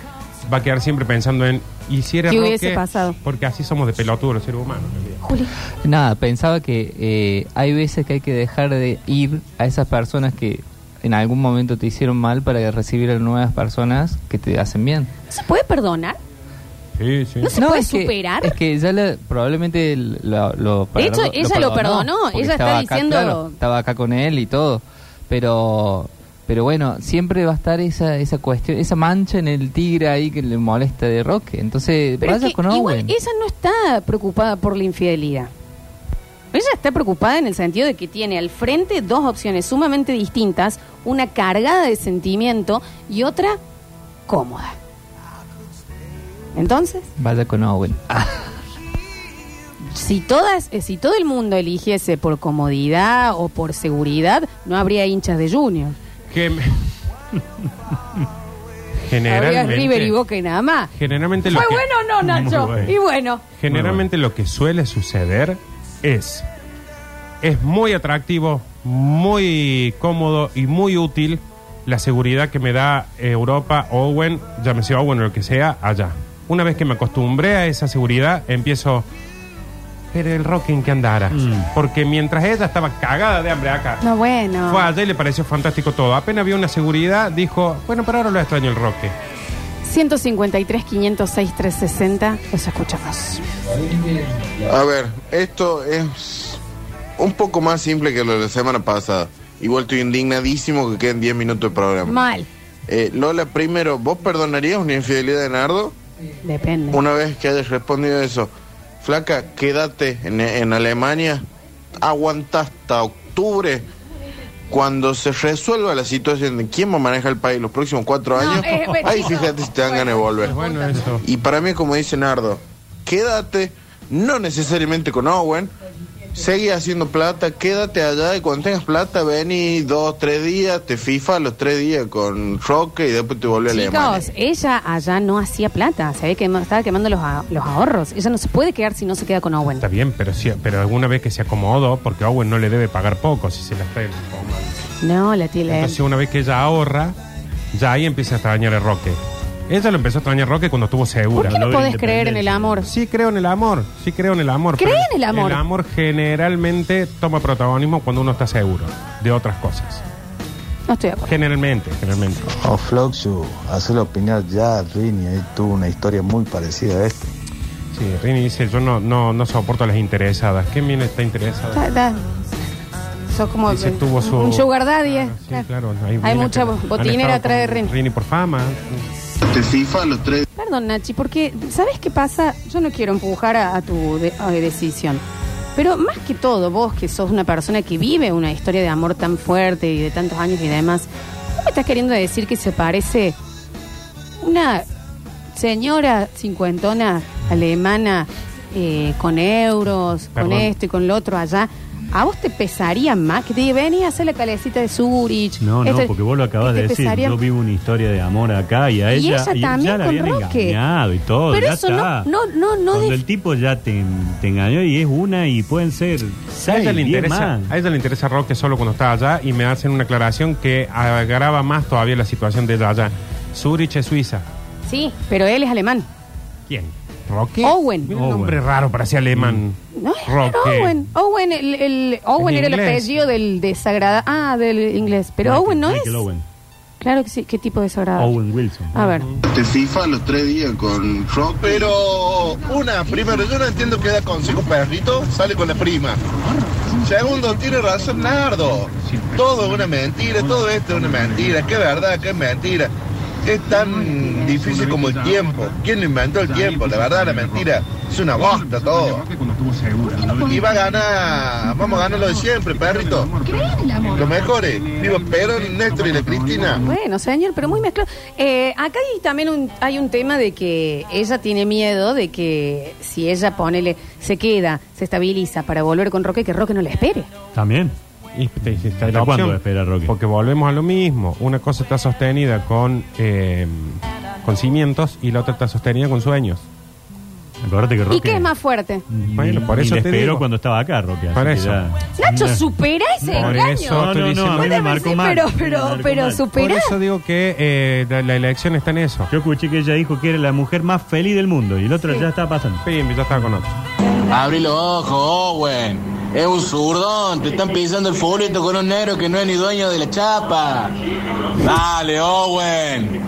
va a quedar siempre pensando en, ¿y si era
¿Qué
Roque?
hubiese pasado?
Porque así somos de pelotudo los seres humanos.
Juli.
Nada, pensaba que eh, hay veces que hay que dejar de ir a esas personas que en algún momento te hicieron mal para recibir a nuevas personas que te hacen bien.
¿No se puede perdonar?
Sí, sí.
No se puede
es que-
superar.
es que ella la- probablemente el- lo, lo
De hecho, ella lo perdonó,
porque
ella está
estaba acá,
diciendo-
claro, estaba acá con él y todo. Pero pero bueno, siempre va a estar esa esa cuestión, esa mancha en el tigre ahí que le molesta de Roque. Entonces,
Pero es
vaya
que
con
igual
Owen.
ella no está preocupada por la infidelidad. Ella está preocupada en el sentido de que tiene al frente dos opciones sumamente distintas, una cargada de sentimiento y otra cómoda. Entonces,
Vaya con Owen.
Ah,
si todas, eh, si todo el mundo eligiese por comodidad o por seguridad, no habría hinchas de Junior.
Que me-
Habría
generalmente,
River y Boca y nada más.
generalmente lo
Fue
que-
bueno o no, Nacho. Y bueno.
Generalmente lo que suele suceder es es muy atractivo, muy cómodo y muy útil la seguridad que me da Europa, Owen, llámese Owen o lo que sea, allá. Una vez que me acostumbré a esa seguridad, empiezo. Pero el rocking que andara. Porque mientras ella estaba cagada de hambre acá,
No, bueno.
fue allá y le pareció fantástico todo. Apenas vio una seguridad, dijo, bueno, pero ahora lo extraño el roque.
153, 506, 360. Los escuchamos.
A ver, esto es un poco más simple que lo de la semana pasada. Igual estoy indignadísimo que queden 10 minutos de programa.
Mal.
Eh, Lola, primero, ¿vos perdonarías una infidelidad de Nardo?
Depende.
Una vez que hayas respondido eso, flaca, quédate en, en Alemania, aguanta hasta octubre, cuando se resuelva la situación de quién va a manejar el país los próximos cuatro años.
eh, bueno,
ahí
no.
fíjate si te dan ganas de volver.
Bueno, eso.
Y para mí, como dice Nardo, quédate, no necesariamente con Owen, seguí haciendo plata, quédate allá y cuando tengas plata, ven y dos, tres días, te FIFA los tres días con Roque y después te vuelve a Alemania.
Chicos, ella allá no hacía plata. Se ve que estaba quemando los, a- los ahorros. Ella no se puede quedar si no se queda con Owen.
Está bien, pero sí, pero alguna vez que se acomodó, porque Owen no le debe pagar poco si se la está tomando.
No, la tía
Entonces, una vez que ella ahorra, ya ahí empieza a extrañar el Roque. Ella lo empezó a extrañar Roque cuando estuvo
¿Por
segura.
qué no
logra
podés creer en el
independencia.
amor?
Sí creo en el amor, sí creo en el amor.
¿Cree
pero
en el amor?
El amor generalmente toma protagonismo cuando uno está seguro de otras cosas.
No estoy de acuerdo.
Generalmente, generalmente.
Oh, Floxu, hacerlo opinar ya a Rini, ahí tuvo una historia muy parecida a esta.
Sí, Rini dice, yo no, no, no soporto a las interesadas. ¿Qué mina está interesada?
Da- da. Sos como
Dice, tuvo su...
un sugar daddy. eh.
Claro, sí, claro,
Hay,
minas
mucha
que han
botinera
estado
atrás de
con
Rini.
Rini por fama.
Te FIFA los tres
Perdón, Nachi, porque ¿sabes qué pasa? Yo no quiero empujar a, a tu de- a- decisión. Pero más que todo, vos que sos una persona que vive una historia de amor tan fuerte y de tantos años y demás, ¿no me estás queriendo decir que se parece una señora cincuentona alemana eh, con euros, con
Perdón.
esto y con lo otro allá? ¿A vos te pesaría más que te diga, vení a hacer la calecita de Zurich?
No, no,
Esto-
porque vos lo acabas
¿Te
de decir.
Este pesaría
Yo vivo una historia de amor acá y a
Y
ella,
ella
y
también
ya la
con
habían
Roque.
engañado y todo.
Pero
Oh, ya
eso
está.
no- no- no- no
Cuando
def-
el tipo ya te, te engañó y es una y pueden ser
A
seis,
ella, le
diez
interesa,
más.
a ella le interesa Roque solo cuando está allá y me hacen una aclaración que agrava más todavía la situación de ella allá. Zurich es Suiza.
Sí, pero él es alemán.
¿Quién? ¿Roque?
Owen.
Mira un nombre raro para ser
Mm.
alemán.
No,
Roque.
Owen. Owen, el, el- Owen
Es
era el
inglés.
apellido del desagradable. Ah, del inglés. Pero
Michael-
Owen no es.
Michael Owen.
Claro que sí. ¿Qué tipo de desagradable?
Owen Wilson.
A ver.
Te FIFA a los tres días con Rock.
Pero una, primero, yo no entiendo qué da consejo perrito, sale con la prima. Segundo, tiene razón Nardo. Todo es una mentira, todo esto es una mentira, qué verdad, qué mentira. Es tan difícil como el tiempo. ¿Quién inventó el tiempo? La verdad, la mentira. Es una bosta todo. Y va a ganar, vamos a ganar lo de siempre, perrito. Los mejores. Viva Perón, Néstor y la Cristina.
Bueno, señor, pero muy mezclado. Eh, acá hay también un, hay un tema de que ella tiene miedo de que si ella ponele, se queda, se estabiliza para volver con Roque, que Roque no la espere.
También.
Y te- te- te-
¿Hasta
la
cuándo
opción?
espera, Roque?
Porque volvemos a lo mismo. Una cosa está sostenida con, eh, con cimientos y la otra está sostenida con sueños.
Acordate que Roque.
¿Y qué es más fuerte?
Bueno, por eso
te
te
espero
digo.
cuando estaba acá, Roque. así
Por
que
eso.
ya-
Nacho,
Mira.
supera ese
Por
engaño.
eso
No, no, no, a mí me
Bueno,
marcó
sí,
mal.
Pero,
Me
pero,
marcó
pero
mal.
supera.
Por eso digo que eh, la, la elección está en eso.
Yo escuché que ella dijo que era la mujer más feliz del mundo y el otro ya está pasando.
Pim, ya estaba con otro.
Abrí los ojos, Owen. Es un zurdón. Te están pisando el fulito con un negro que no es ni dueño de la chapa. Dale, Owen.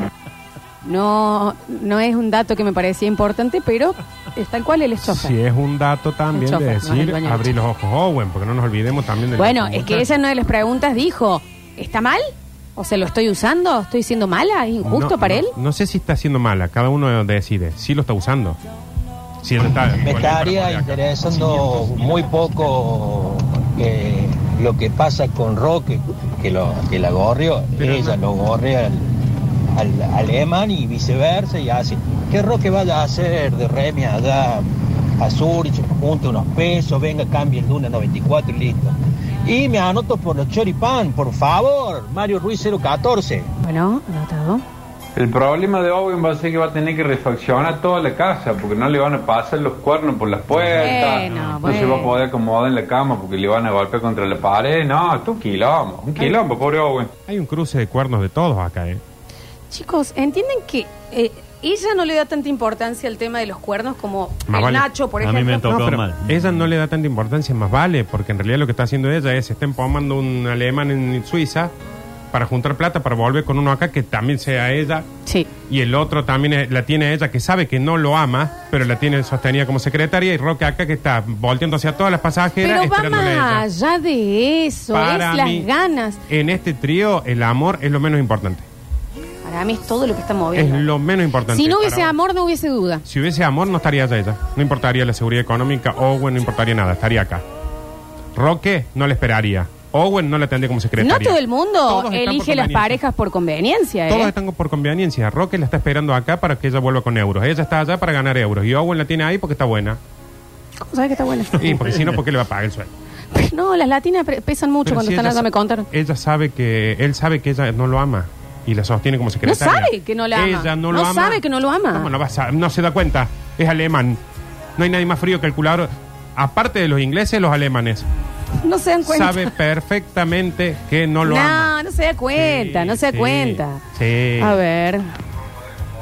No, no es un dato que me parecía importante, pero es tal cual el estofa.
Si es un dato también
El
de
chofer, no es el
decir,
dueño del
abrir los ojos, Owen, porque no nos olvidemos también de la
Bueno,
conducta.
es que ella en una de las preguntas dijo, ¿está mal? O sea, ¿lo estoy usando? ¿Estoy siendo mala? ¿Es injusto
No,
para
no,
él?
No sé si está haciendo mala, cada uno decide. Si lo está usando. Si él está.
Me estaría interesando muy poco eh, lo que pasa con Roque, que, lo, que la gorrió,
Pero
ella lo gorrea al, al, al Eman y viceversa y así. Que Roque vaya a hacer de Remy allá a Zurich, junte unos pesos, venga, cambie el Luna 94 y listo. Y me anoto por los choripán, por favor, Mario Ruiz 014.
Bueno, anotado.
El problema de Owen va a ser que va a tener que refaccionar toda la casa, porque no le van a pasar los cuernos por las puertas,
Bueno,
no
bueno.
se va a poder acomodar en la cama porque le van a golpear contra la pared, no, esto es un quilombo, un quilombo, pobre Owen.
Hay un cruce de cuernos de todos acá, ¿eh?
Chicos, ¿entienden que eh, ella no le da tanta importancia al tema de los cuernos como
Más
el
vale.
Nacho, por
A mí
ejemplo?
me tocó
No, pero
mal.
ella no le da tanta importancia, más vale, porque en realidad lo que está haciendo ella es está empomando un alemán en Suiza para juntar plata para volver con uno acá que también sea ella
Sí.
y el otro también eh, la tiene ella que sabe que no lo ama, pero la tiene sostenida como secretaria y Roque acá que está volteando hacia todas las pasajeras
Pero va
esperándola a ella.
más allá de eso,
Para
es las
mí,
ganas.
En este trío el amor es lo menos importante.
Para mí es todo lo que está
Es
moviendo.
lo menos importante.
si no
para
hubiese
vos.
amor, no hubiese duda.
Si hubiese amor, no estaría allá ella. No importaría la seguridad económica. Owen no importaría nada. Estaría acá. Roque no le esperaría. Owen no la tendría como
No
secretaria.
todo el mundo
Todos
elige
están por
las
conveniencia.
parejas por conveniencia, ¿eh?
Todos están por conveniencia. Roque la está esperando acá para que ella vuelva con euros. Ella está allá para ganar euros. Y Owen la tiene ahí porque está buena.
¿Cómo sabes que está buena?
Y porque si no, ¿por qué le va a pagar el sueldo?
No, las latinas pre- pesan mucho
Pero
cuando
si
están
ella
allá,
sa-
me contaron.
Ella sabe que... Él sabe que ella no lo ama. Y la sostiene como secretaria.
sabe que no la ama.
Ella
No
no, lo ama.
sabe que no lo ama.
¿Cómo no, va a sa- no se da cuenta. Es alemán. No hay nadie más frío que el culador. Aparte de los ingleses, los alemanes.
No se dan cuenta.
Sabe perfectamente que no lo
no,
ama.
no se da cuenta,
Sí,
no se da
sí,
cuenta.
Sí.
A ver.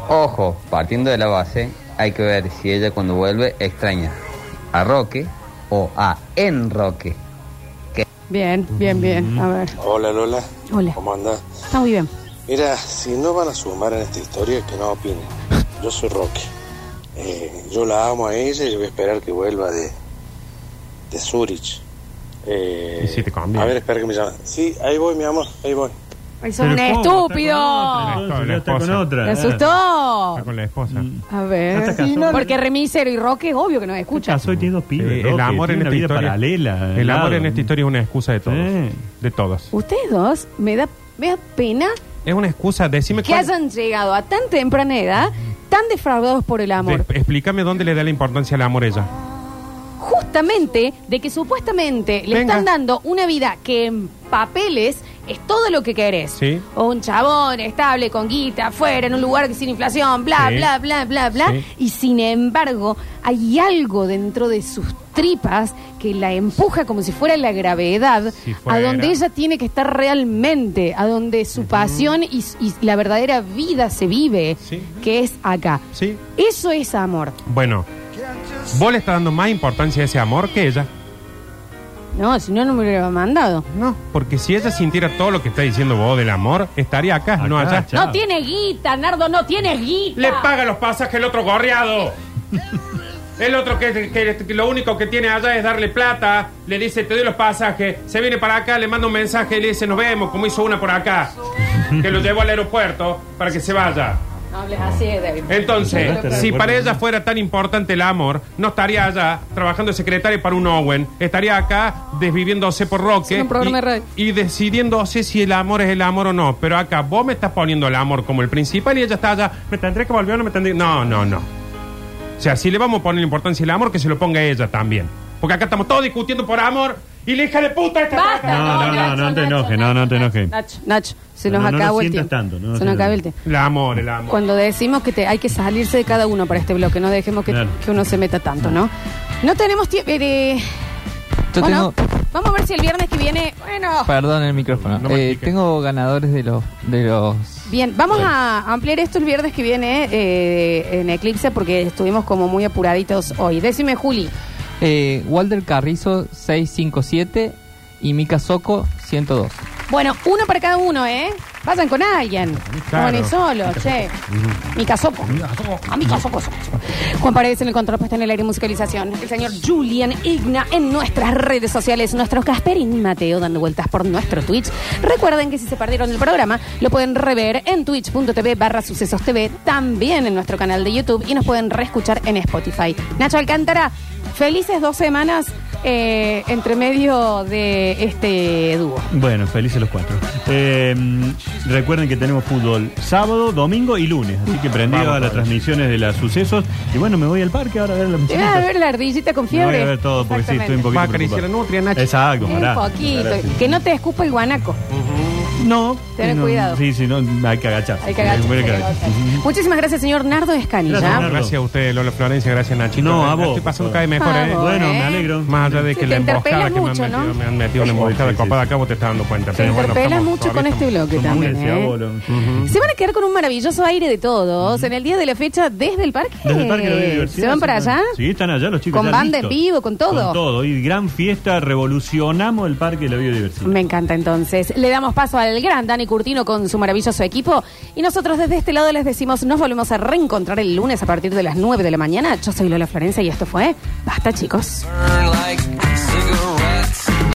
Ojo, partiendo de la base, hay que ver si ella cuando vuelve extraña a Roque o a Enroque.
Bien, bien, bien. A ver.
Hola Lola,
Hola.
¿cómo andás?
Está muy bien.
Mira, si no van a sumar en esta historia, que no opinen. Yo soy Rocky. Eh, yo la amo a ella y voy a esperar que vuelva de, de Zurich. Eh,
Y si te conviene.
A ver, espera que me llamen. Sí, ahí voy, mi amor, ahí voy.
Ay, sos un
Pero ¿cómo?
estúpido.
Está con otra,
Con
entonces,
la
ya está con
esposa.
otra.
Me
Ah,
Está
asustó.
con la esposa.
Mm,
A ver.
¿No te casó?
Porque remisero y Roque, obvio que nos
Escucha,
escucha.
soy tiene dos pibes.
Eh, el
Roque,
amor
tiene una
en esta
vida
historia.
paralela.
el amor
Claro.
en esta historia es una excusa de todos.
Sí.
De todos.
Ustedes dos me da, me da pena
Es una excusa. Decime
que hayan llegado a tan temprana edad, tan defraudados por el amor.
de- explícame dónde le da la importancia al amor ella.
justamente de que supuestamente le
Venga.
están dando una vida que en papeles es todo lo que querés.
Sí.
O un chabón estable, con guita, afuera, en un lugar que sin inflación, bla,
Sí.
bla, bla, bla, bla.
Sí.
Y sin embargo, hay algo dentro de sus tripas que la empuja como si fuera la gravedad
Si
a
fuera.
donde ella tiene que estar realmente, a donde su pasión y, y la verdadera vida se vive,
Sí.
que es acá.
Sí.
Eso es amor.
Bueno, vos le estás dando más importancia a ese amor que ella.
No, si no, no me lo hubiera mandado.
No. Porque si ella sintiera todo lo que está diciendo vos del amor, estaría acá, no allá.
No tiene guita, Nardo, no tiene guita.
Le paga los pasajes el otro gorreado. El otro que, que- que lo único que tiene allá es darle plata, le dice te doy los pasajes, se viene para acá, le manda un mensaje y le dice nos vemos, como hizo una por acá, que lo llevó al aeropuerto para que se vaya.
No hables así, David.
Entonces, si para ella fuera tan importante el amor, no estaría allá trabajando de secretaria para un Owen, estaría acá desviviéndose por
Es
Roque
un programa de radio.
y, y decidiéndose si el amor es el amor o no. Pero acá vos me estás poniendo el amor como el principal y ella está allá, me tendré que volver o no me tendré. No, no, no. O sea, si le vamos a poner importancia al amor, que se lo ponga ella también. Porque acá estamos todos discutiendo por amor y la hija de puta está
Basta,
No, no, no te enojes, no, no te enojes.
Nacho, Nacho, se
No,
nos
no, no lo
acabó el
sientas
tiempo.
tanto, no lo
se nos
sientas
acabó el tiempo.
El amor, el amor.
Cuando decimos que te, hay que salirse de cada uno para este bloque, no dejemos que,
Claro.
que uno se meta tanto, ¿no? No tenemos tiempo. eh,
Yo
bueno, vamos a ver si el viernes que viene. Bueno,
Perdón el micrófono.
No me
Eh, tengo ganadores de los de los
bien, vamos a ampliar esto el viernes que viene eh, en Eclipse porque estuvimos como muy apuraditos hoy. Decime, Juli.
eh, Walter Carrizo 657 y Mika Soco 102.
Bueno, uno para cada uno, ¿eh? Vayan con alguien. No
Claro.
van a ir solos, che. Mi casopo. A mi casopo. Juan Paredes en el control puesta en el aire y musicalización. El señor Julian Igna en nuestras redes sociales. Nuestro Gasperín Mateo dando vueltas por nuestro Twitch. Recuerden que si se perdieron el programa, lo pueden rever en twitch.tv barra sucesos TV. También en nuestro canal de YouTube y nos pueden reescuchar en Spotify. Nacho Alcántara, felices dos semanas eh, entre medio de este dúo.
Bueno, felices los cuatro. Eh, mm, recuerden que tenemos fútbol sábado, domingo y lunes, así que prendido
Vamos,
a las
Pablo.
transmisiones de los sucesos. Y bueno, me voy al parque ahora a ver la
Te vas a ver la ardillita con
Me
fiebre.
voy a ver todo porque sí, estoy un poquito.
Va a acariciar
preocupado.
a nutria, Nacho.
Exacto,
Un
pará.
poquito.
Pará, sí.
Que no te escupa el guanaco.
No.
Ten
Sí, no,
cuidado.
Sí, sí, no, hay que agachar.
Hay que agachar,
Hay que
hay que
agachar.
Muchísimas gracias, señor Nardo Escanilla.
Gracias, Ah, gracias a ustedes, Lola Florencia, gracias Nachito.
No, a
La
vos,
Estoy pasando
por
cada vez mejor,
A
¿eh?
vos, Bueno, ¿eh? me
alegro.
Más allá de
Sí,
que
te
la emboscada
interpelas
que me han
mucho,
metido,
¿no?
me han metido una
Sí,
emboscada
sí,
copada acá, vos te estás dando cuenta.
Te
Pero bueno,
interpelas
estamos-
mucho con
todavía
este
estamos-
bloque
somos
también.
muy
¿eh?
deseabolos. Ujú.
Se van a quedar con un maravilloso aire de todos en el día de la fecha desde el parque.
Desde el Parque de la Biodiversidad.
Eh, ¿Se van para
están-
allá?
Sí, están allá los chicos.
¿Con
ya
banda en
listos.
vivo, con todo?
Con todo. Y gran fiesta, revolucionamos el Parque de la Biodiversidad.
Me encanta entonces. Le damos paso al gran Dani Curtino con su maravilloso equipo. Y nosotros desde este lado les decimos, nos volvemos a reencontrar el lunes a partir de las 9 de la mañana. Yo soy Lola Florencia y esto fue Basta, chicos.
burn like